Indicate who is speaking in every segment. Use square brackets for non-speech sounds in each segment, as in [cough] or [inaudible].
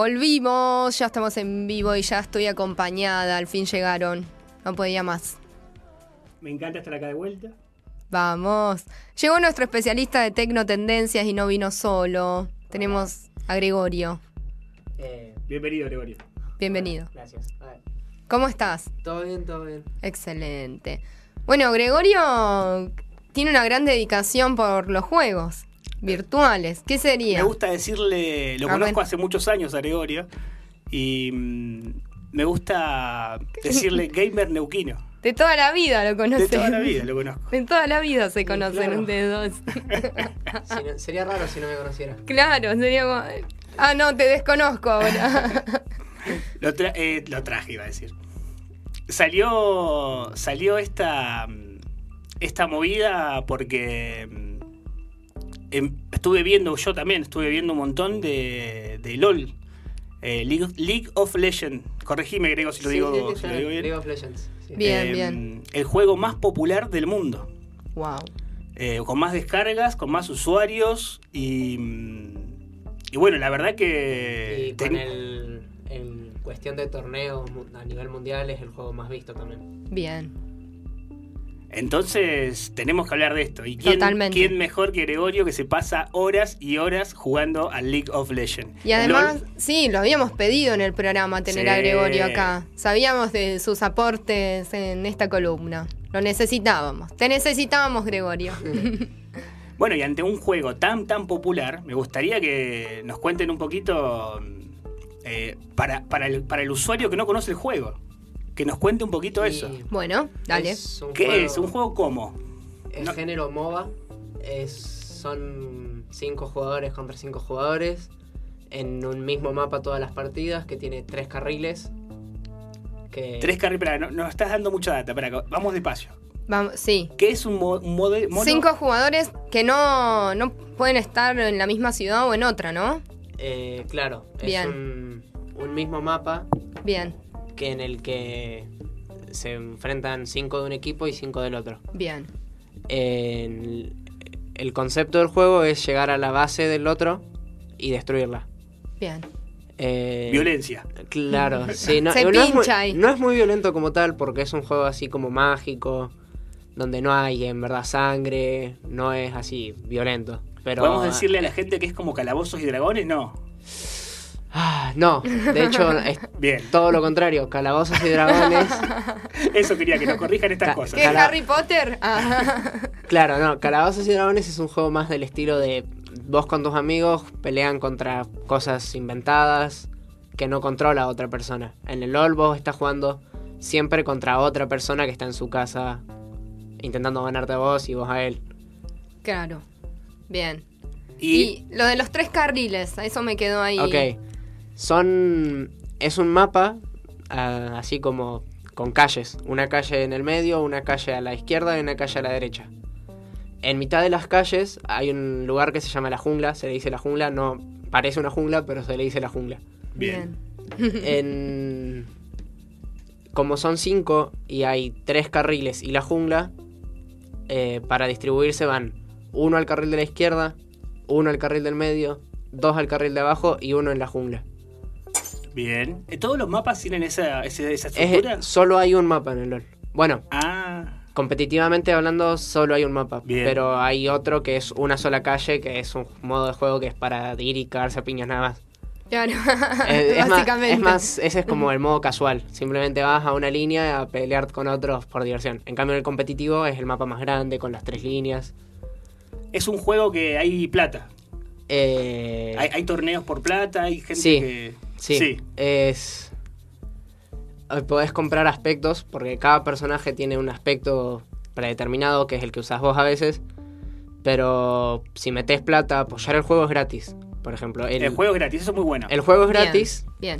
Speaker 1: Volvimos, ya estamos en vivo y ya estoy acompañada. Al fin llegaron. No podía más.
Speaker 2: Me encanta estar acá de vuelta.
Speaker 1: Vamos. Llegó nuestro especialista de Tecno Tendencias y no vino solo. Tenemos a Gregorio.
Speaker 3: Eh,
Speaker 2: Bienvenido, Gregorio.
Speaker 1: Bienvenido.
Speaker 3: gracias. A ver,
Speaker 1: ¿Cómo estás?
Speaker 3: todo bien, todo bien.
Speaker 1: Excelente. Bueno, Gregorio tiene una gran dedicación por los juegos virtuales. ¿Qué
Speaker 2: Me
Speaker 1: sería?
Speaker 2: gusta decirle, lo
Speaker 1: Ah,
Speaker 2: conozco
Speaker 1: bueno.
Speaker 2: hace muchos años a Gregorio, y mm, me gusta decirle gamer neuquino.
Speaker 1: De toda la vida lo
Speaker 2: De
Speaker 1: conocen.
Speaker 2: toda la vida lo conozco.
Speaker 1: De toda la vida se conocen
Speaker 3: claro.
Speaker 1: ustedes dos. [laughs]
Speaker 3: Si no- sería raro si no me conociera.
Speaker 1: Claro, sería como... Ah, no, te desconozco
Speaker 2: [laughs]
Speaker 1: ahora.
Speaker 2: Lo, tra- eh, lo traje, iba a decir. Salió, salió esta, mm, esta movida porque mm, em- estuve viendo, yo también estuve viendo un montón de, de LOL. eh, League, League of Legends. Corregime, Grego, si lo,
Speaker 3: Sí,
Speaker 2: digo,
Speaker 3: sí, sí,
Speaker 2: si lo
Speaker 3: sí,
Speaker 2: digo bien.
Speaker 3: League of Legends. sí.
Speaker 1: Bien.
Speaker 2: Eh, El juego más popular del mundo.
Speaker 1: wow.
Speaker 2: eh, con más descargas, con más usuarios y... mm, Y bueno, la verdad que...
Speaker 3: Y con
Speaker 2: ten-
Speaker 3: el, en cuestión de torneos mu- a nivel mundial es el juego más visto también.
Speaker 1: Bien.
Speaker 2: Entonces tenemos que hablar de esto. ¿Y quién,
Speaker 1: Totalmente.
Speaker 2: quién mejor que Gregorio que se pasa horas y horas jugando al League of Legends?
Speaker 1: Y además,
Speaker 2: LOL,
Speaker 1: sí, lo habíamos pedido en el programa tener
Speaker 2: Sí.
Speaker 1: a Gregorio acá. Sabíamos de sus aportes en esta columna. Lo necesitábamos. Te necesitábamos, Gregorio.
Speaker 2: bueno, y ante un juego tan tan popular, me gustaría que nos cuenten un poquito eh, para, para el, para el usuario que no conoce el juego. Que nos cuente un poquito
Speaker 3: Y
Speaker 2: eso.
Speaker 1: bueno, dale.
Speaker 3: es un
Speaker 2: ¿Qué
Speaker 3: juego-
Speaker 2: es? ¿Un juego cómo?
Speaker 3: El
Speaker 2: No.
Speaker 3: género MOBA es, son cinco jugadores contra cinco jugadores en un mismo mapa todas las partidas que tiene tres carriles. Que
Speaker 2: Tres carriles, pará, no, nos estás dando mucha data, pará, vamos despacio.
Speaker 1: Vamos, sí.
Speaker 2: ¿Qué es un mo- un mode- mono?
Speaker 1: Cinco jugadores que no, no pueden estar en la misma ciudad o en otra, ¿no?
Speaker 3: eh, claro,
Speaker 1: Bien.
Speaker 3: es un, un mismo mapa
Speaker 1: Bien,
Speaker 3: que en el que se enfrentan cinco de un equipo y cinco del otro.
Speaker 1: bien.
Speaker 3: En- el concepto del juego es llegar a la base del otro y destruirla.
Speaker 1: Bien.
Speaker 3: Eh,
Speaker 2: Violencia.
Speaker 3: Claro,
Speaker 2: [laughs]
Speaker 3: sí, no,
Speaker 1: Se
Speaker 3: no es muy,
Speaker 1: pincha ahí.
Speaker 3: no es muy violento como tal, porque es un juego así como mágico, donde no hay en verdad sangre, no es así violento. Pero,
Speaker 2: ¿Podemos decirle a la gente que es como calabozos y dragones? No.
Speaker 3: Ah, no, de hecho
Speaker 1: [laughs]
Speaker 3: es
Speaker 2: Bien.
Speaker 3: todo lo contrario, calabozos y dragones.
Speaker 2: Eso quería que nos corrijan estas
Speaker 3: Ca-
Speaker 2: cosas.
Speaker 1: ¿Qué,
Speaker 3: Ojalá.
Speaker 1: Harry Potter? [laughs] Ah,
Speaker 3: Claro, no, calabozos y dragones es un juego más del estilo de vos con tus amigos pelean contra cosas inventadas que no controla otra persona. En el LOL vos estás jugando siempre contra otra persona que está en su casa intentando ganarte a vos y vos a él.
Speaker 1: claro. Bien.
Speaker 2: Y,
Speaker 1: Y lo de los tres carriles, a eso me quedó ahí.
Speaker 3: Ok. Son. Es un mapa ah, así como con calles. Una calle en el medio, una calle a la izquierda y una calle a la derecha. En mitad de las calles hay un lugar que se llama la jungla. Se le dice la jungla. No parece una jungla, pero se le dice la jungla.
Speaker 2: bien.
Speaker 3: En. Como son cinco y hay tres carriles y la jungla, eh, para distribuirse van uno al carril de la izquierda, uno al carril del medio, dos al carril de abajo y uno en la jungla.
Speaker 2: Bien. Eh, ¿Todos los mapas tienen esa, esa, esa
Speaker 3: Es-
Speaker 2: estructura?
Speaker 3: solo hay un mapa en el LOL. Bueno,
Speaker 2: Ah,
Speaker 3: competitivamente hablando, solo hay un mapa.
Speaker 2: Bien.
Speaker 3: Pero hay otro que es una sola calle, que es un modo de juego que es para ir y cagarse a piñas
Speaker 2: [laughs]
Speaker 3: nada más.
Speaker 1: Claro. [laughs]
Speaker 3: Eh, es, más
Speaker 1: Básicamente.
Speaker 3: es más, ese es
Speaker 2: [laughs]
Speaker 3: como el modo casual. Simplemente vas a una línea a pelear con otros por diversión. En cambio, el competitivo es el mapa más grande, con las tres líneas.
Speaker 2: es un juego que hay plata.
Speaker 3: Eh,
Speaker 2: Hay, hay torneos por plata, hay gente
Speaker 3: Sí.
Speaker 2: que.
Speaker 3: Sí. Es. eh, Podés comprar aspectos, porque cada personaje tiene un aspecto predeterminado, que es el que usás vos a veces. Pero si metés plata, apoyar el juego es gratis. Por ejemplo, el,
Speaker 2: El, juego es gratis, eso es muy bueno.
Speaker 3: el juego es
Speaker 1: Bien,
Speaker 3: gratis,
Speaker 1: Bien.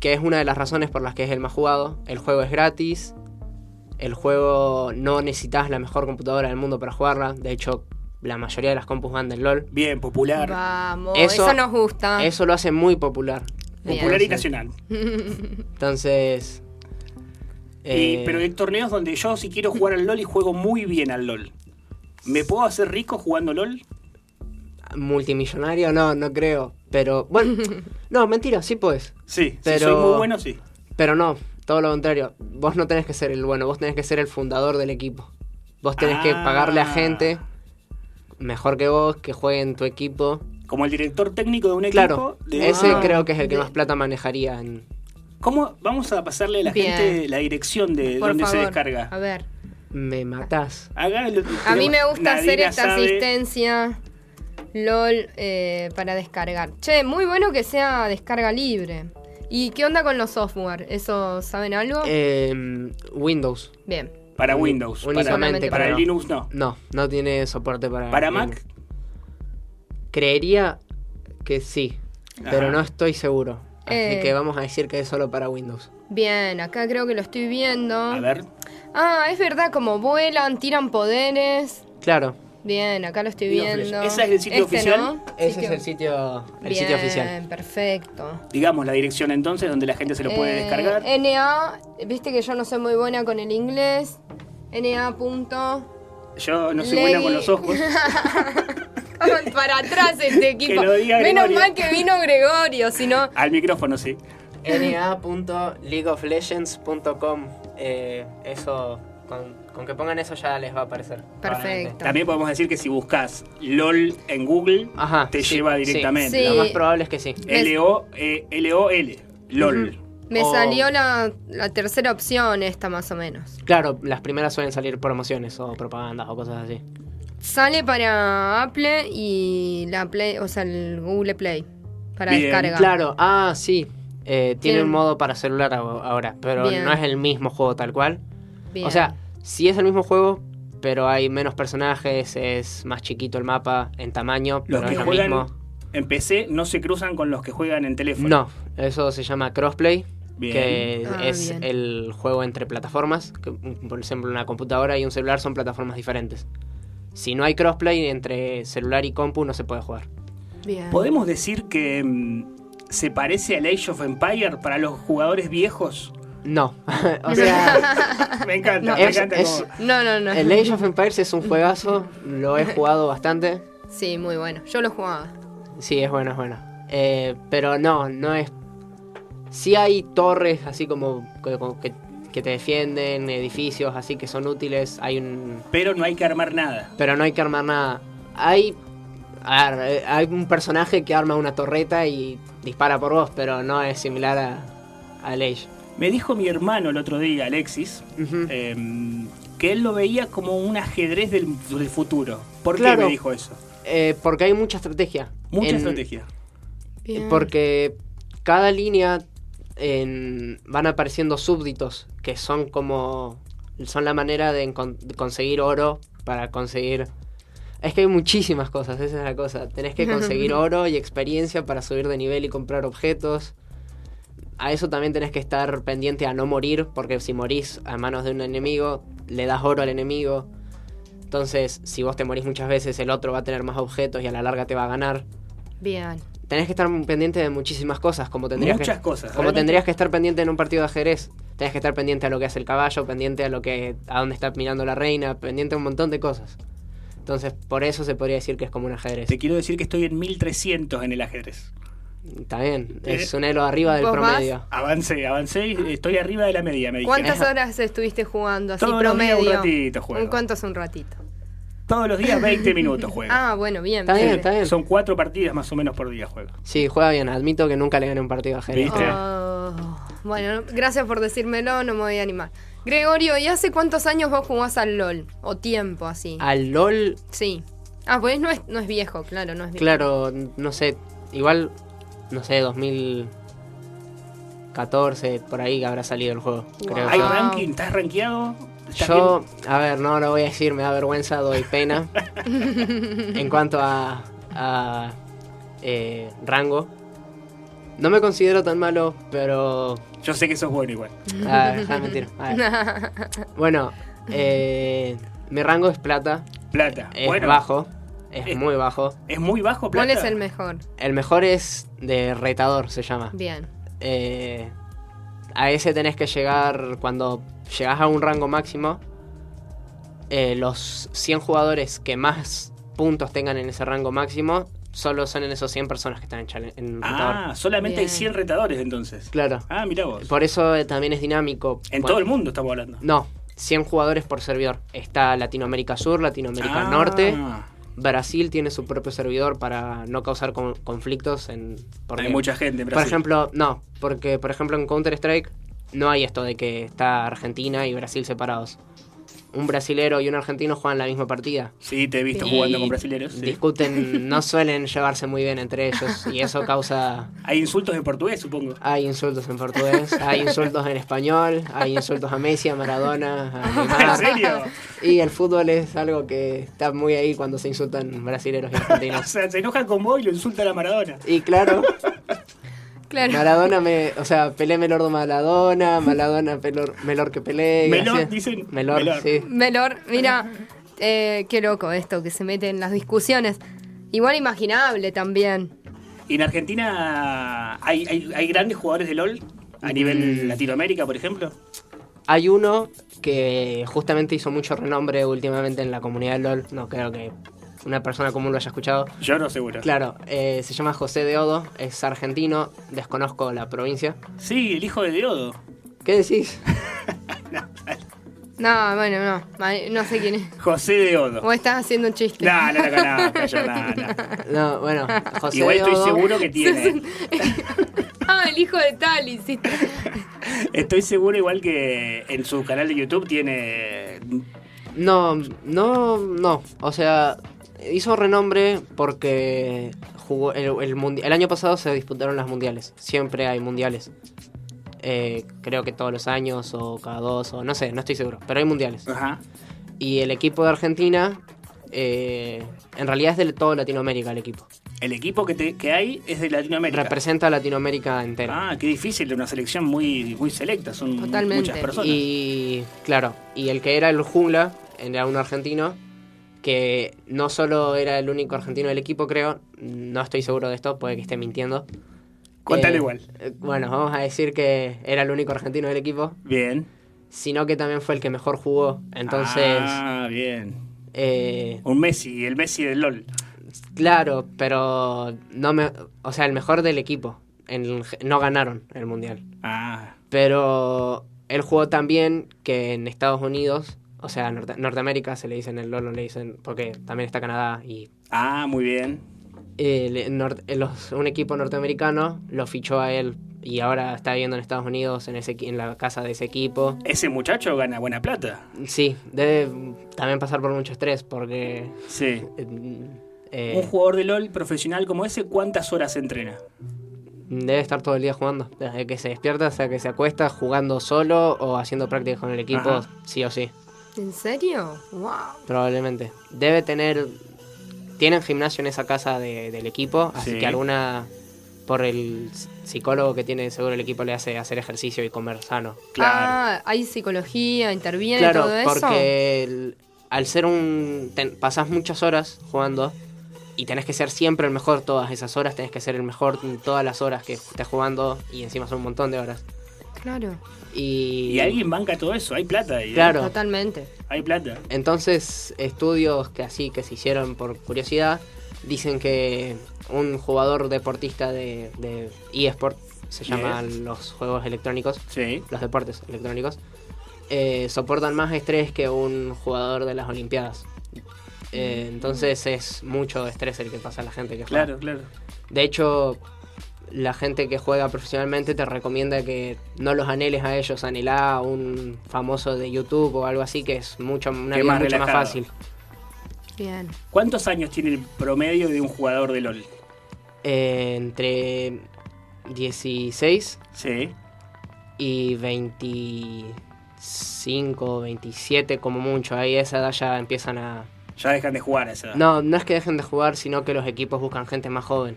Speaker 3: que es una de las razones por las que es el más jugado. El juego es gratis. El juego no necesitas la mejor computadora del mundo para jugarla. De hecho, la mayoría de las compus van del LOL.
Speaker 2: Bien, popular.
Speaker 1: Vamos, eso,
Speaker 3: Eso-
Speaker 1: nos gusta.
Speaker 3: Eso lo hace muy popular.
Speaker 1: Bien.
Speaker 2: Popular y
Speaker 3: Entonces-
Speaker 2: nacional.
Speaker 3: Entonces.
Speaker 2: Y-
Speaker 3: eh,
Speaker 2: pero hay torneos donde yo, si quiero jugar al LOL y juego muy bien al LOL, ¿me puedo hacer rico jugando LOL?
Speaker 3: Multimillonario, no, no creo. Pero,
Speaker 2: [laughs]
Speaker 3: bueno, no, mentira, sí puedes.
Speaker 2: Sí, si
Speaker 3: Pero-
Speaker 2: soy muy bueno, sí.
Speaker 3: Pero no, todo lo contrario. Vos no tenés que ser el bueno, vos tenés que ser el fundador del equipo. Vos tenés que
Speaker 2: Ah.
Speaker 3: pagarle a gente mejor que vos, que juegue en tu equipo.
Speaker 2: Como el director técnico de un
Speaker 3: Claro,
Speaker 2: equipo. de-
Speaker 3: ese
Speaker 2: Ah.
Speaker 3: creo que es el que
Speaker 1: de-
Speaker 3: más plata manejaría. en-
Speaker 2: ¿Cómo vamos a pasarle a la
Speaker 1: Bien.
Speaker 2: gente la dirección de
Speaker 1: Por
Speaker 2: dónde
Speaker 1: favor.
Speaker 2: se descarga?
Speaker 1: A ver.
Speaker 3: Me matás.
Speaker 2: Hágalo.
Speaker 1: A mí me gusta
Speaker 2: Nadina
Speaker 1: hacer esta
Speaker 2: sabe.
Speaker 1: asistencia LOL eh, para descargar. Che, muy bueno que sea descarga libre. ¿Y qué onda con los software? ¿Eso saben
Speaker 2: Ah.
Speaker 1: algo?
Speaker 3: Em, Windows.
Speaker 1: Bien.
Speaker 2: Para
Speaker 3: Uni-
Speaker 2: Windows. para-
Speaker 3: Únicamente.
Speaker 1: Solamente
Speaker 2: Para,
Speaker 3: creo.
Speaker 2: el Linux no.
Speaker 3: No, no tiene soporte para.
Speaker 2: Para
Speaker 3: Linux.
Speaker 2: Mac,
Speaker 3: Creería que sí, pero
Speaker 2: Ajá.
Speaker 3: no estoy seguro. Así
Speaker 1: Eh.
Speaker 3: que vamos a decir que es solo para Windows.
Speaker 1: Bien, acá creo que lo estoy viendo.
Speaker 2: a ver.
Speaker 1: Ah, es verdad, como vuelan, tiran poderes.
Speaker 3: Claro,
Speaker 1: Bien, acá lo estoy
Speaker 3: League of
Speaker 1: viendo.
Speaker 2: Legends. ¿Ese es el sitio
Speaker 1: Este,
Speaker 2: oficial?
Speaker 1: ¿no?
Speaker 3: ese
Speaker 1: Sitio-
Speaker 3: es el sitio, el
Speaker 1: Bien, [laughs]
Speaker 3: sitio oficial.
Speaker 1: perfecto.
Speaker 2: Digamos la dirección entonces donde la gente se lo puede
Speaker 1: Eh,
Speaker 2: descargar.
Speaker 1: NA, viste que yo no soy muy buena con el inglés. NA. Punto.
Speaker 2: Yo no soy
Speaker 1: Lady-
Speaker 2: buena con los ojos.
Speaker 1: [laughs] Para atrás [laughs]
Speaker 2: [laughs]
Speaker 1: este equipo.
Speaker 2: lo diga
Speaker 1: Menos
Speaker 2: Gregorio.
Speaker 1: mal que vino Gregorio, si no.
Speaker 2: Al micrófono, sí.
Speaker 3: na.leagueoflegends.com eh, Eso, con, con que pongan eso ya les va a aparecer.
Speaker 1: Perfecto.
Speaker 2: También podemos decir que si buscas LOL en Google,
Speaker 3: Ajá,
Speaker 2: te
Speaker 3: Ah, sí,
Speaker 2: lleva
Speaker 3: sí.
Speaker 2: directamente.
Speaker 1: Sí.
Speaker 2: E,
Speaker 3: Lo más probable es que sí.
Speaker 1: Me-
Speaker 2: L-O-E- L-O-L. LOL.
Speaker 1: Me
Speaker 2: Oh.
Speaker 3: O-
Speaker 1: salió la, la tercera opción, esta más o menos.
Speaker 3: Claro, las primeras suelen salir promociones o propagandas o cosas así.
Speaker 1: Sale para Apple y la Play, o sea, el Google Play. Para
Speaker 2: Bien,
Speaker 1: descarga.
Speaker 3: Claro, ah, sí. Eh, tiene
Speaker 1: Tiene-
Speaker 3: un modo para celular aho- ahora, pero
Speaker 1: Bien.
Speaker 3: no es el mismo juego tal cual.
Speaker 1: Bien.
Speaker 3: O sea, sí es el mismo juego, pero hay menos personajes, es más chiquito el mapa en tamaño, pero
Speaker 2: Los que
Speaker 3: es lo
Speaker 2: juegan
Speaker 3: mismo.
Speaker 2: en PC no se cruzan con los que juegan en teléfono.
Speaker 3: No, eso se llama crossplay,
Speaker 2: Bien.
Speaker 3: que
Speaker 1: Ah,
Speaker 3: es
Speaker 1: bien.
Speaker 3: el juego entre plataformas, que, mm, por ejemplo una computadora y un celular son plataformas diferentes. Si no hay crossplay entre celular y compu no se puede jugar.
Speaker 1: Bien.
Speaker 2: ¿Podemos decir que mm, se parece al Age of Empire para los jugadores
Speaker 3: [laughs]
Speaker 2: viejos?
Speaker 3: No,
Speaker 1: [laughs]
Speaker 3: o sea,
Speaker 2: Me encanta,
Speaker 3: No,
Speaker 2: me
Speaker 3: es-
Speaker 2: encanta.
Speaker 3: es-
Speaker 2: cómo-
Speaker 1: [laughs] No, no, no.
Speaker 3: el Age of Empires es un juegazo, lo he jugado bastante.
Speaker 1: Sí, muy bueno. Yo lo jugaba.
Speaker 3: Sí, es bueno, es bueno. Eh, pero no, no es. Sí hay torres así como que, como que- que te defienden, edificios así que son útiles. Hay un.
Speaker 2: Pero no hay que armar nada.
Speaker 3: Pero no hay que armar nada. Hay. a ver, eh, hay un personaje que arma una torreta y dispara por vos, pero no es similar a, a Age.
Speaker 2: Me dijo mi hermano el otro día,
Speaker 3: [laughs]
Speaker 2: Alexis,
Speaker 3: Ujú.
Speaker 2: em, que él lo veía como un ajedrez del, del futuro. ¿Por qué
Speaker 3: Claro.
Speaker 2: me dijo eso?
Speaker 3: Eh, porque hay mucha estrategia.
Speaker 2: Mucha
Speaker 3: En-
Speaker 2: estrategia.
Speaker 1: Bien.
Speaker 3: Porque cada línea en- van apareciendo súbditos, que son como. son la manera de, encon- de conseguir oro para conseguir. Es que hay muchísimas cosas, esa es la cosa. Tenés que conseguir oro y experiencia para subir de nivel y comprar objetos. A eso también tenés que estar pendiente a no morir, porque si morís a manos de un enemigo, le das oro al enemigo. Entonces, si vos te morís muchas veces, el otro va a tener más objetos y a la larga te va a ganar
Speaker 1: Bien.
Speaker 3: tenés que estar pendiente de muchísimas cosas, como tendrías
Speaker 2: Muchas
Speaker 3: que,
Speaker 2: cosas.
Speaker 3: como
Speaker 2: realmente.
Speaker 3: tendrías que estar pendiente en un partido de ajedrez. Tenés que estar pendiente a lo que hace el caballo, pendiente a lo que a dónde está mirando la reina, pendiente a un montón de cosas. Entonces, por eso se podría decir que es como un ajedrez.
Speaker 2: Te quiero decir que estoy en 1300 en el ajedrez.
Speaker 3: Está bien,
Speaker 2: Eh,
Speaker 3: es un elo arriba del
Speaker 1: ¿vos vas?
Speaker 3: promedio.
Speaker 2: Avancé, avancé y estoy arriba de la media, me dijeron. [laughs]
Speaker 1: ¿Cuántas horas estuviste jugando así
Speaker 2: Todos los días
Speaker 1: promedio?
Speaker 2: un ratito juego.
Speaker 1: ¿Cuánto es un ratito?
Speaker 2: Todos los días 20 minutos juego.
Speaker 1: Ah, bueno, bien.
Speaker 3: Está bien,
Speaker 1: bien.
Speaker 3: está bien.
Speaker 2: Son cuatro partidas más o menos por día juego.
Speaker 3: Sí, juega bien, admito que nunca le gané un partido de ajedrez.
Speaker 2: ¿Viste?
Speaker 1: Oh, bueno, gracias por decírmelo, no me voy a animar. Gregorio, ¿y hace cuántos años vos jugás al LOL? O tiempo así.
Speaker 3: Al LOL,
Speaker 1: Sí. Ah, pues no es, no es viejo, claro, no es viejo.
Speaker 3: claro, no sé, igual, no sé, 2014, por ahí que habrá salido el juego.
Speaker 1: Wow.
Speaker 3: Creo
Speaker 2: ¿Hay
Speaker 3: yo.
Speaker 1: Ah.
Speaker 2: ranking? ¿Estás rankeado? ¿Estás
Speaker 3: Yo,
Speaker 2: bien?
Speaker 3: a ver, no lo voy a decir, me da vergüenza, doy pena. en cuanto a, a, eh, rango, no me considero tan malo, pero.
Speaker 2: Yo sé que sos bueno igual.
Speaker 3: Ah, dejá de mentir. A ver. Bueno, eh, mi rango es plata,
Speaker 2: Plata.
Speaker 3: es
Speaker 2: bueno,
Speaker 3: bajo, es
Speaker 2: Eh.
Speaker 3: muy bajo.
Speaker 2: Es muy bajo
Speaker 1: ¿Cuál
Speaker 2: plata.
Speaker 1: es el mejor?
Speaker 3: El mejor es de retador, se llama.
Speaker 1: Bien.
Speaker 3: Eh, a ese tenés que llegar cuando llegás a un rango máximo. eh, los 100 jugadores que más puntos tengan en ese rango máximo solo son en esos 100 personas que están en, chale- en
Speaker 2: Ah,
Speaker 3: retador.
Speaker 2: solamente hay
Speaker 1: Bien.
Speaker 2: 100 retadores entonces.
Speaker 3: Claro.
Speaker 2: Ah, mira vos.
Speaker 3: Por eso eh, también es dinámico.
Speaker 2: en
Speaker 3: Bueno,
Speaker 2: todo el mundo estamos hablando.
Speaker 3: No, 100 jugadores por servidor. Está Latinoamérica Sur, Latinoamérica
Speaker 2: Ah,
Speaker 3: Norte. Brasil tiene su propio servidor para no causar con- conflictos en porque-
Speaker 2: Hay mucha gente en
Speaker 3: Por
Speaker 2: Brasil.
Speaker 3: ejemplo, no, porque por ejemplo en Counter Strike no hay esto de que está Argentina y Brasil separados. Un brasilero y un argentino juegan la misma partida.
Speaker 2: Sí, te he visto
Speaker 3: Y
Speaker 2: jugando con brasileños. sí. [laughs]
Speaker 3: Discuten, no suelen llevarse muy bien entre ellos y eso causa
Speaker 2: Hay insultos en portugués,
Speaker 3: [laughs]
Speaker 2: supongo.
Speaker 3: hay insultos en portugués, hay insultos en español, hay insultos a Messi, a Maradona, a
Speaker 2: ¿En
Speaker 3: Neymar.
Speaker 2: serio?
Speaker 3: Y el fútbol es algo que está muy ahí cuando se insultan brasileros y
Speaker 2: O
Speaker 3: argentinos.
Speaker 2: sea, se enojan con vos y lo insultan a Maradona.
Speaker 3: Y claro,
Speaker 1: Claro.
Speaker 3: Maradona me. O sea, Pelé Melordo Maradona, Maradona Pelor, Melor que Pelé.
Speaker 2: Melor,
Speaker 3: así.
Speaker 2: dicen,
Speaker 3: Melor,
Speaker 2: Melor.
Speaker 3: sí.
Speaker 1: [laughs] Melor, mira, eh, qué loco esto que se mete en las discusiones. Igual imaginable también.
Speaker 2: ¿Y en Argentina hay, hay- hay grandes jugadores de LOL? A
Speaker 3: Mm.
Speaker 2: nivel Latinoamérica, por ejemplo.
Speaker 3: Hay uno que justamente hizo mucho renombre últimamente en la comunidad de LOL. No creo que una persona común lo haya escuchado.
Speaker 2: Yo no seguro.
Speaker 3: Claro, eh, se llama José Deodo, es argentino, desconozco la provincia.
Speaker 2: Sí, el hijo de Deodo.
Speaker 3: ¿Qué decís? [laughs]
Speaker 1: No, bueno, no. ma- No sé quién es.
Speaker 2: José Deodo.
Speaker 1: O estás haciendo un chiste.
Speaker 2: No, no lo conozco yo, no, no.
Speaker 3: No, bueno, José
Speaker 2: Igual estoy
Speaker 3: Deodo-
Speaker 2: seguro que tiene.
Speaker 1: ah, el hijo de tal, hiciste.
Speaker 2: Estoy seguro igual que en su canal de YouTube tiene...
Speaker 3: No, no, no. O sea, hizo renombre porque jugó el, el mundi- el año pasado se disputaron las mundiales. Siempre hay mundiales. Eh, creo que todos los años o cada dos o no sé, no estoy seguro. Pero hay mundiales.
Speaker 2: Ajá.
Speaker 3: Y el equipo de Argentina, eh, en realidad es de todo Latinoamérica el equipo.
Speaker 2: El equipo que, te- que hay es de Latinoamérica.
Speaker 3: Representa a Latinoamérica entera.
Speaker 2: Ah, qué difícil, una selección muy, muy selecta, son
Speaker 1: Totalmente.
Speaker 2: muchas personas.
Speaker 3: Y claro, y el que era el jungla era un argentino que no solo era el único argentino del equipo, creo, no estoy seguro de esto, puede que esté mintiendo.
Speaker 2: Contalo
Speaker 3: Eh,
Speaker 2: igual.
Speaker 3: eh, Bueno, vamos a decir que era el único argentino del equipo,
Speaker 2: Bien.
Speaker 3: sino que también fue el que mejor jugó. Entonces,
Speaker 2: Ah, bien.
Speaker 3: eh,
Speaker 2: Un Messi, el Messi del LOL.
Speaker 3: claro, pero no me, o sea, el mejor del equipo. En- no ganaron el mundial.
Speaker 2: Ah,
Speaker 3: Pero él jugó tan bien que en Estados Unidos, o sea, Norte- Norteamérica se le dicen el LOL, no le dicen, porque también está Canadá y eh,
Speaker 2: ah muy bien.
Speaker 3: el- el nor- los- un equipo norteamericano lo fichó a él y ahora está viviendo en Estados Unidos en, ese, equi- en la casa de ese equipo.
Speaker 2: Ese muchacho gana buena plata.
Speaker 3: Sí, debe también pasar por mucho estrés porque...
Speaker 2: Sí.
Speaker 3: eh,
Speaker 2: Un
Speaker 3: eh,
Speaker 2: jugador de LOL profesional como ese, ¿cuántas horas entrena?
Speaker 3: debe estar todo el día jugando, desde que se despierta hasta que se acuesta, jugando solo o haciendo prácticas con el equipo,
Speaker 2: Ajá.
Speaker 3: sí o sí.
Speaker 1: ¿En serio? ¡Wow!
Speaker 3: Probablemente. Debe tener. Tienen gimnasio en esa casa de- del equipo, así
Speaker 2: Sí.
Speaker 3: que alguna. Por el s- psicólogo que tiene seguro el equipo le hace hacer ejercicio y comer sano.
Speaker 2: Claro.
Speaker 1: Ah, hay psicología, interviene
Speaker 3: Claro,
Speaker 1: todo eso.
Speaker 3: porque el- al ser un. ten- pasás muchas horas jugando y tenés que ser siempre el mejor todas esas horas, tenés que ser el mejor en todas las horas que estés jugando y encima son un montón de horas.
Speaker 1: Claro,
Speaker 3: Y.
Speaker 2: Y alguien banca todo eso, hay plata. ahí, ¿eh?
Speaker 3: Claro.
Speaker 1: totalmente.
Speaker 2: Hay plata.
Speaker 3: Entonces, estudios que así que se hicieron por curiosidad dicen que un jugador deportista de, de eSport, se
Speaker 2: Bien.
Speaker 3: llaman los juegos electrónicos,
Speaker 2: Sí.
Speaker 3: los deportes electrónicos, eh, soportan más estrés que un jugador de las Olimpiadas. Eh, entonces es mucho estrés el que pasa a la gente que juega.
Speaker 2: Claro, Ah, claro.
Speaker 3: De hecho, la gente que juega profesionalmente te recomienda que no los anheles a ellos, anhelá a un famoso de YouTube o algo así, que es mucho, una
Speaker 2: Que
Speaker 3: vida
Speaker 2: más
Speaker 3: mucho más
Speaker 2: relajado.
Speaker 3: fácil.
Speaker 1: Bien.
Speaker 2: ¿Cuántos años tiene el promedio de un jugador de LOL?
Speaker 3: Eh, entre 16
Speaker 2: Sí.
Speaker 3: y 25, 27 como mucho, ahí a esa edad ya empiezan a...
Speaker 2: Ya dejan de jugar a esa edad.
Speaker 3: No, no es que dejen de jugar, sino que los equipos buscan gente más joven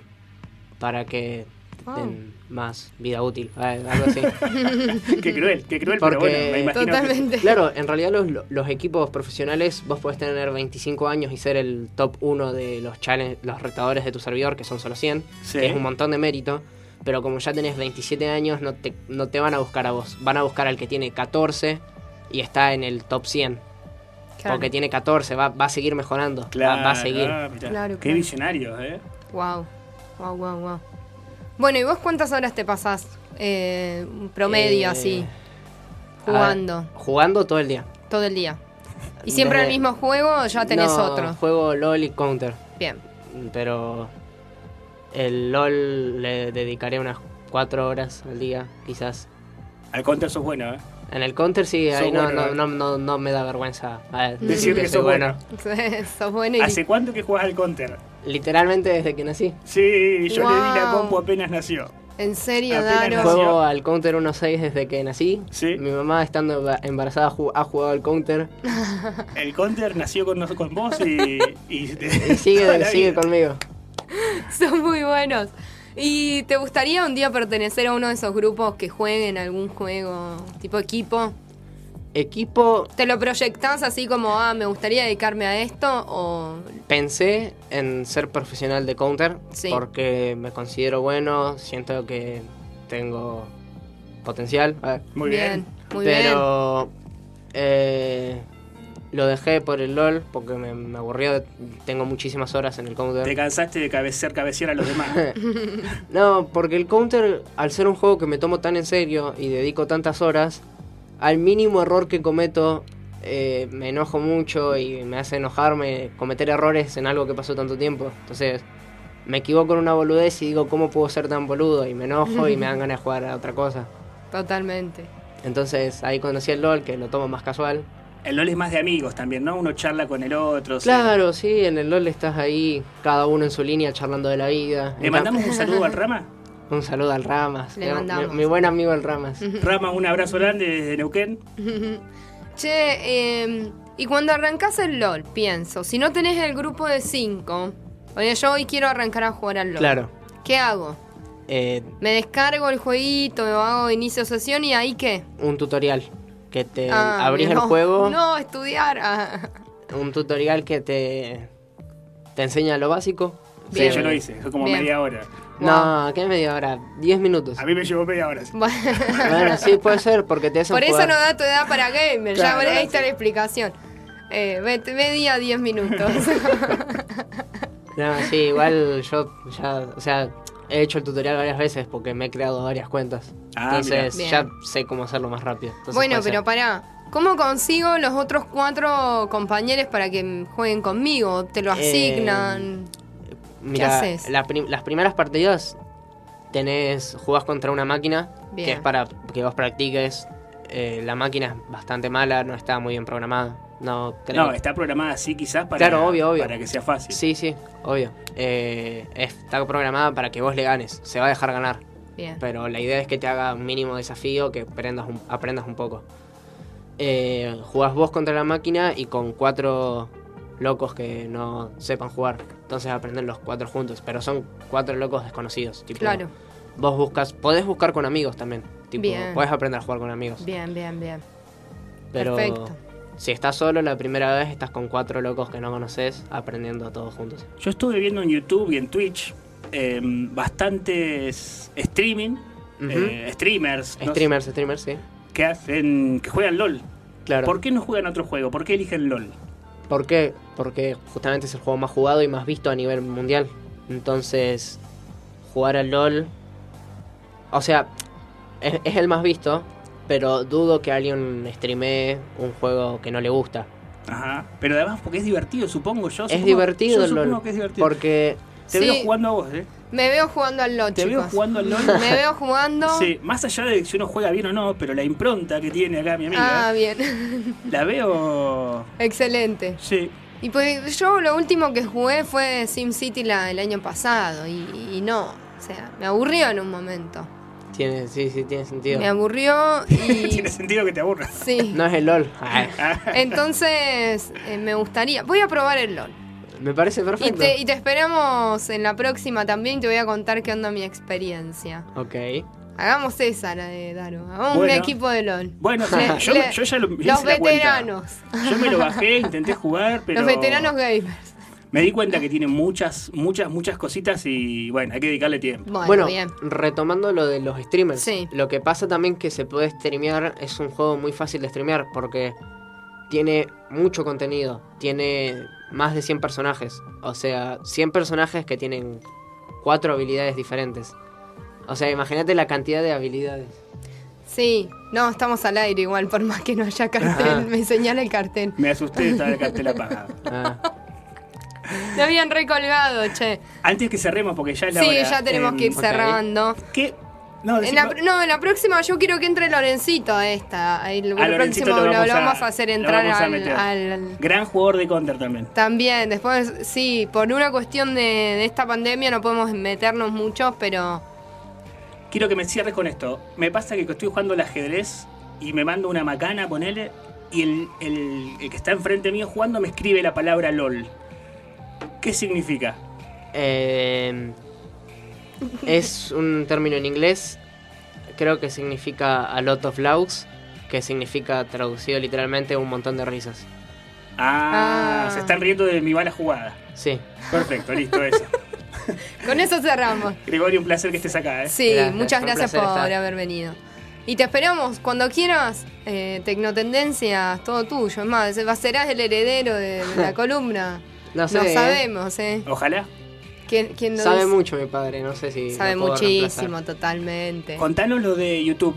Speaker 3: para que
Speaker 1: Wow.
Speaker 3: den más vida útil, eh, algo así.
Speaker 2: [laughs] Qué cruel, qué cruel, pero
Speaker 3: Porque-
Speaker 2: bueno, me imagino. que-
Speaker 1: Totalmente.
Speaker 3: Claro, en realidad los, los equipos profesionales, vos podés tener 25 años y ser el top 1 de los, challenge, los retadores de tu servidor, que son solo 100,
Speaker 2: Sí.
Speaker 3: que es un montón de mérito, pero como ya tenés 27 años, no te, no te van a buscar a vos, van a buscar al que tiene 14 y está en el top 100,
Speaker 1: Claro.
Speaker 3: porque tiene 14, va, va a seguir mejorando, va-
Speaker 2: Claro,
Speaker 3: va, a seguir.
Speaker 2: ah, mirá.
Speaker 1: Claro,
Speaker 2: Qué
Speaker 1: claro.
Speaker 2: visionario, ¿eh?
Speaker 1: Wow, wow, wow, wow. Bueno, ¿y vos cuántas horas te pasás eh, un promedio
Speaker 3: Eh,
Speaker 1: así,
Speaker 3: a-
Speaker 1: jugando
Speaker 3: jugando todo el día.
Speaker 1: todo el día? ¿Y siempre
Speaker 3: Desde-
Speaker 1: el mismo juego o ya tenés
Speaker 3: No,
Speaker 1: otro?
Speaker 3: Juego LOL y Counter.
Speaker 1: Bien. [laughs]
Speaker 3: Pero el LOL le dedicaré unas 4 horas al día, quizás.
Speaker 2: Al counter sos bueno, ¿eh?
Speaker 3: En el Counter sí,
Speaker 2: Sos
Speaker 3: ahí no,
Speaker 2: bueno,
Speaker 3: no,
Speaker 2: ¿eh?
Speaker 3: no, no- no me da vergüenza eh,
Speaker 2: Decir que
Speaker 3: soy
Speaker 2: sos bueno.
Speaker 1: Sos bueno y...
Speaker 2: ¿Hace cuánto que jugás al counter?
Speaker 3: Literalmente desde que nací.
Speaker 2: Sí, yo le di la
Speaker 1: Wow.
Speaker 2: compu apenas nació.
Speaker 1: En serio,
Speaker 2: Apenas
Speaker 1: Daro.
Speaker 2: nació.
Speaker 3: Juego al Counter 1.6 desde que nací.
Speaker 2: Sí.
Speaker 3: Mi mamá estando emba- embarazada ju- ha jugado al Counter
Speaker 2: El counter nació con, nos- con vos y. y, [laughs]
Speaker 3: [laughs] y
Speaker 2: toda
Speaker 3: sigue,
Speaker 2: la
Speaker 3: sigue
Speaker 2: vida.
Speaker 3: conmigo.
Speaker 1: [laughs] Son muy buenos. ¿Y te gustaría un día pertenecer a uno de esos grupos que jueguen algún juego tipo equipo?
Speaker 3: Equipo,
Speaker 1: ¿Te lo proyectás así como, ah, me gustaría dedicarme a esto? O...
Speaker 3: pensé en ser profesional de Counter
Speaker 1: Sí.
Speaker 3: porque me considero bueno, siento que tengo potencial. eh,
Speaker 2: Muy bien.
Speaker 1: muy bien.
Speaker 3: pero eh, lo dejé por el LOL porque me, me aburrió, tengo muchísimas horas en el Counter.
Speaker 2: Te cansaste de cabecear, cabecear a los demás.
Speaker 3: No, porque el counter, al ser un juego que me tomo tan en serio y dedico tantas horas, al mínimo error que cometo eh, me enojo mucho y me hace enojarme cometer errores en algo que pasó tanto tiempo. Entonces, me equivoco en una boludez y digo, ¿cómo puedo ser tan boludo? Y me enojo y me dan ganas de jugar a otra cosa.
Speaker 1: Totalmente.
Speaker 3: Entonces, ahí conocí el LOL, que lo tomo más casual.
Speaker 2: El LOL es más de amigos también, ¿no? Uno charla con el otro. se-
Speaker 3: Claro, sí, en el LOL estás ahí, cada uno en su línea, charlando de la vida.
Speaker 2: ¿Le mandamos un saludo al
Speaker 3: [laughs]
Speaker 2: Rama?
Speaker 3: Un saludo al Ramas, eh,
Speaker 1: Le
Speaker 3: mi-
Speaker 1: mandamos.
Speaker 3: Mi, buen amigo el Ramas.
Speaker 2: Rama, un abrazo grande desde Neuquén.
Speaker 1: Che, eh, y cuando arrancás el LOL, pienso, si no tenés el grupo de 5, oye, yo hoy quiero arrancar a jugar al LOL.
Speaker 3: Claro.
Speaker 1: ¿Qué hago?
Speaker 3: Eh,
Speaker 1: Me descargo el jueguito, hago inicio sesión y ahí qué?
Speaker 3: un tutorial que te
Speaker 1: Ah,
Speaker 3: Eh, abrís el
Speaker 1: no,
Speaker 3: juego,
Speaker 1: No, estudiar. ah. [laughs]
Speaker 3: un tutorial que te te enseña lo básico.
Speaker 2: Sí,
Speaker 1: Bien.
Speaker 2: yo lo hice, fue como
Speaker 1: Bien.
Speaker 2: media hora.
Speaker 3: No, ¿qué media hora? 10 minutos.
Speaker 2: A mí me llevó media hora. sí.
Speaker 1: Bueno.
Speaker 3: Bueno, sí puede ser porque te hacen
Speaker 1: Por eso
Speaker 3: jugar.
Speaker 1: no da tu edad para gamer.
Speaker 2: Claro,
Speaker 1: ya
Speaker 2: ahora
Speaker 1: ahí está
Speaker 2: sí.
Speaker 1: la explicación. Eh, ve- media 10 minutos.
Speaker 3: No, sí, igual yo ya, o sea, he hecho el tutorial varias veces porque me he creado varias cuentas.
Speaker 2: Ah,
Speaker 3: Entonces
Speaker 1: mira.
Speaker 3: ya
Speaker 1: Bien.
Speaker 3: sé cómo hacerlo más rápido. Entonces,
Speaker 1: bueno,
Speaker 3: puede
Speaker 1: pero
Speaker 3: ser.
Speaker 1: pará. ¿Cómo consigo los otros cuatro compañeros para que jueguen conmigo? ¿Te lo
Speaker 3: Eh,
Speaker 1: asignan?
Speaker 3: Mira,
Speaker 1: haces?
Speaker 3: la prim- las primeras partidas tenés jugás contra una máquina
Speaker 1: Bien.
Speaker 3: que es para que vos practiques. Eh, la máquina es bastante mala, no está muy bien programada. No, creo.
Speaker 2: No, está programada así quizás para,
Speaker 3: Claro, obvio, obvio.
Speaker 2: para que sea fácil.
Speaker 3: Sí, sí, obvio. Eh, está programada para que vos le ganes. Se va a dejar ganar.
Speaker 1: Bien.
Speaker 3: Pero la idea es que te haga un mínimo desafío, que aprendas un, aprendas un poco. Eh, jugás vos contra la máquina y con cuatro locos que no sepan jugar. Entonces aprenden los cuatro juntos. Pero son cuatro locos desconocidos. Tipo,
Speaker 1: Claro.
Speaker 3: Vos buscas, podés buscar con amigos también. Tipo,
Speaker 1: Bien.
Speaker 3: podés aprender a jugar con amigos.
Speaker 1: Bien, bien, bien.
Speaker 3: Pero
Speaker 1: Perfecto.
Speaker 3: si estás solo la primera vez, estás con cuatro locos que no conoces aprendiendo todos juntos.
Speaker 2: Yo estuve viendo en YouTube y en Twitch eh, bastantes streaming,
Speaker 3: Ujú.
Speaker 2: eh, streamers, no sé,
Speaker 3: Streamers, streamers, sí.
Speaker 2: que hacen, que juegan LOL.
Speaker 3: Claro.
Speaker 2: ¿Por qué no juegan otro juego? ¿Por qué eligen LOL?
Speaker 3: ¿Por qué? Porque justamente es el juego más jugado y más visto a nivel mundial. Entonces, jugar al LOL. O sea, es, es el más visto, pero dudo que alguien streamee un juego que no le gusta.
Speaker 2: Ajá. Pero además porque es divertido, supongo yo.
Speaker 3: Es
Speaker 2: supongo-
Speaker 3: divertido
Speaker 2: yo
Speaker 3: el
Speaker 2: supongo
Speaker 3: LOL.
Speaker 2: que es divertido.
Speaker 3: Porque
Speaker 2: Te
Speaker 1: Sí.
Speaker 2: veo jugando a vos, ¿eh?
Speaker 1: Me veo jugando al LOL,
Speaker 2: Te
Speaker 1: chicos.
Speaker 2: veo jugando al LOL.
Speaker 1: [laughs] Me veo jugando.
Speaker 2: [laughs] Sí, más allá de si uno juega bien o no, pero la impronta que tiene acá mi amiga,
Speaker 1: Ah, bien. [laughs]
Speaker 2: la veo.
Speaker 1: Excelente.
Speaker 2: Sí.
Speaker 1: Y pues yo lo último que jugué fue SimCity la, el año pasado y, y no, o sea, me aburrió en un momento.
Speaker 3: tiene, sí, sí, tiene sentido.
Speaker 1: Me aburrió y...
Speaker 2: [laughs] Tiene sentido que te aburra. [laughs]
Speaker 1: sí.
Speaker 3: No es
Speaker 1: [laughs]
Speaker 3: el LOL. Ah, Ay,
Speaker 1: Entonces, eh, me gustaría... Voy a probar el LOL.
Speaker 3: me parece
Speaker 1: Y
Speaker 3: perfecto.
Speaker 1: te, y te esperamos en la próxima también y te voy a contar qué onda mi experiencia.
Speaker 3: Ok.
Speaker 1: Hagamos esa, la de Daro. Hagamos
Speaker 2: Bueno.
Speaker 1: un equipo de LOL.
Speaker 2: Bueno,
Speaker 1: Le-
Speaker 2: yo,
Speaker 1: le-
Speaker 2: yo ya lo hice
Speaker 1: Los
Speaker 2: la cuenta.
Speaker 1: veteranos.
Speaker 2: Yo me lo
Speaker 1: [laughs]
Speaker 2: bajé, intenté jugar, pero
Speaker 1: Los veteranos gamers.
Speaker 2: me di cuenta que tiene muchas, muchas, muchas cositas y bueno, hay que dedicarle tiempo.
Speaker 1: Bueno,
Speaker 3: Bueno,
Speaker 1: bien.
Speaker 3: retomando lo de los streamers,
Speaker 1: Sí.
Speaker 3: lo que pasa también que se puede streamear, es un juego muy fácil de streamear porque tiene mucho contenido, tiene más de 100 personajes, o sea, 100 personajes que tienen cuatro habilidades diferentes. O sea, imagínate la cantidad de
Speaker 1: [laughs]
Speaker 3: habilidades.
Speaker 1: Sí, no, estamos al aire igual, por más que no haya
Speaker 3: Ajá.
Speaker 1: cartel. Me señala el cartel.
Speaker 2: Me asusté, estaba el cartel apagado.
Speaker 3: Ah,
Speaker 1: Lo habían recolgado, che.
Speaker 2: Antes que cerremos, porque ya es la
Speaker 1: Sí,
Speaker 2: hora,
Speaker 1: ya tenemos
Speaker 2: em,
Speaker 1: que ir
Speaker 3: ok.
Speaker 1: cerrando.
Speaker 2: ¿Qué? No,
Speaker 1: En
Speaker 2: decime-
Speaker 1: la, pr- no, en la próxima yo quiero que entre Lorencito a esta. El, el
Speaker 2: a Lorencito
Speaker 1: próximo
Speaker 2: lo vamos, a,
Speaker 1: hacer
Speaker 2: lo
Speaker 1: entrar
Speaker 2: vamos a
Speaker 1: al-
Speaker 2: meter.
Speaker 1: al
Speaker 2: Gran jugador de counter también.
Speaker 1: También, después, sí, por una cuestión de, de esta pandemia no podemos meternos mucho, pero
Speaker 2: Quiero que me cierres con esto. Me pasa que estoy jugando al ajedrez y me mando una macana, ponele, y el, el- el que está enfrente mío jugando me escribe la palabra LOL. ¿Qué significa?
Speaker 3: eh, es un término en inglés, creo que significa a lot of laughs, que significa traducido literalmente un montón de risas.
Speaker 2: Ah,
Speaker 1: Ah.
Speaker 2: se están riendo de mi mala jugada.
Speaker 3: Sí,
Speaker 2: Perfecto, listo,
Speaker 1: [laughs]
Speaker 2: eso.
Speaker 1: con eso cerramos.
Speaker 2: Gregorio, un placer que estés acá, ¿eh?
Speaker 1: Sí,
Speaker 3: Gracias,
Speaker 1: muchas
Speaker 3: fue un
Speaker 1: gracias
Speaker 3: placer
Speaker 1: por
Speaker 3: estar.
Speaker 1: haber venido. Y te esperamos cuando quieras, eh, Tecnotendencias, todo tuyo. Es más, va- serás el heredero de
Speaker 3: [laughs]
Speaker 1: la columna.
Speaker 3: no sé.
Speaker 1: no
Speaker 3: eh.
Speaker 1: sabemos, ¿eh?
Speaker 2: Ojalá.
Speaker 1: ¿Quién, quién lo
Speaker 3: Sabe
Speaker 1: dice?
Speaker 3: mucho mi padre, no sé si.
Speaker 1: Sabe
Speaker 3: lo puedo
Speaker 1: muchísimo,
Speaker 3: reemplazar.
Speaker 1: totalmente.
Speaker 2: Contanos lo de YouTube.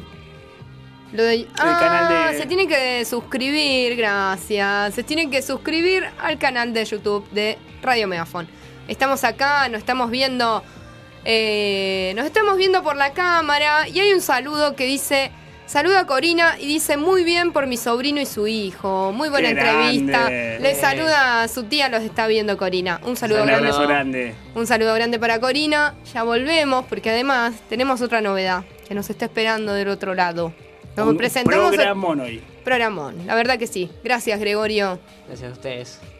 Speaker 1: Lo de- ah,
Speaker 2: canal de-
Speaker 1: se tiene que suscribir, gracias. Se tienen que suscribir al canal de YouTube de Radio Megafon. Estamos acá, nos estamos viendo, eh, nos estamos viendo por la cámara y hay un saludo que dice, saluda a Corina y dice muy bien por mi sobrino y su hijo, muy buena
Speaker 2: Qué
Speaker 1: entrevista.
Speaker 2: grande.
Speaker 1: Le saluda a su tía, los está viendo Corina. Un saludo
Speaker 2: Un
Speaker 1: grande.
Speaker 2: abrazo grande.
Speaker 1: Un saludo grande para Corina. Ya volvemos porque además tenemos otra novedad que nos está esperando del otro lado. Nos
Speaker 2: Un
Speaker 1: presentamos
Speaker 2: programón hoy.
Speaker 1: el programón. La verdad que sí. Gracias, Gregorio.
Speaker 3: Gracias a ustedes.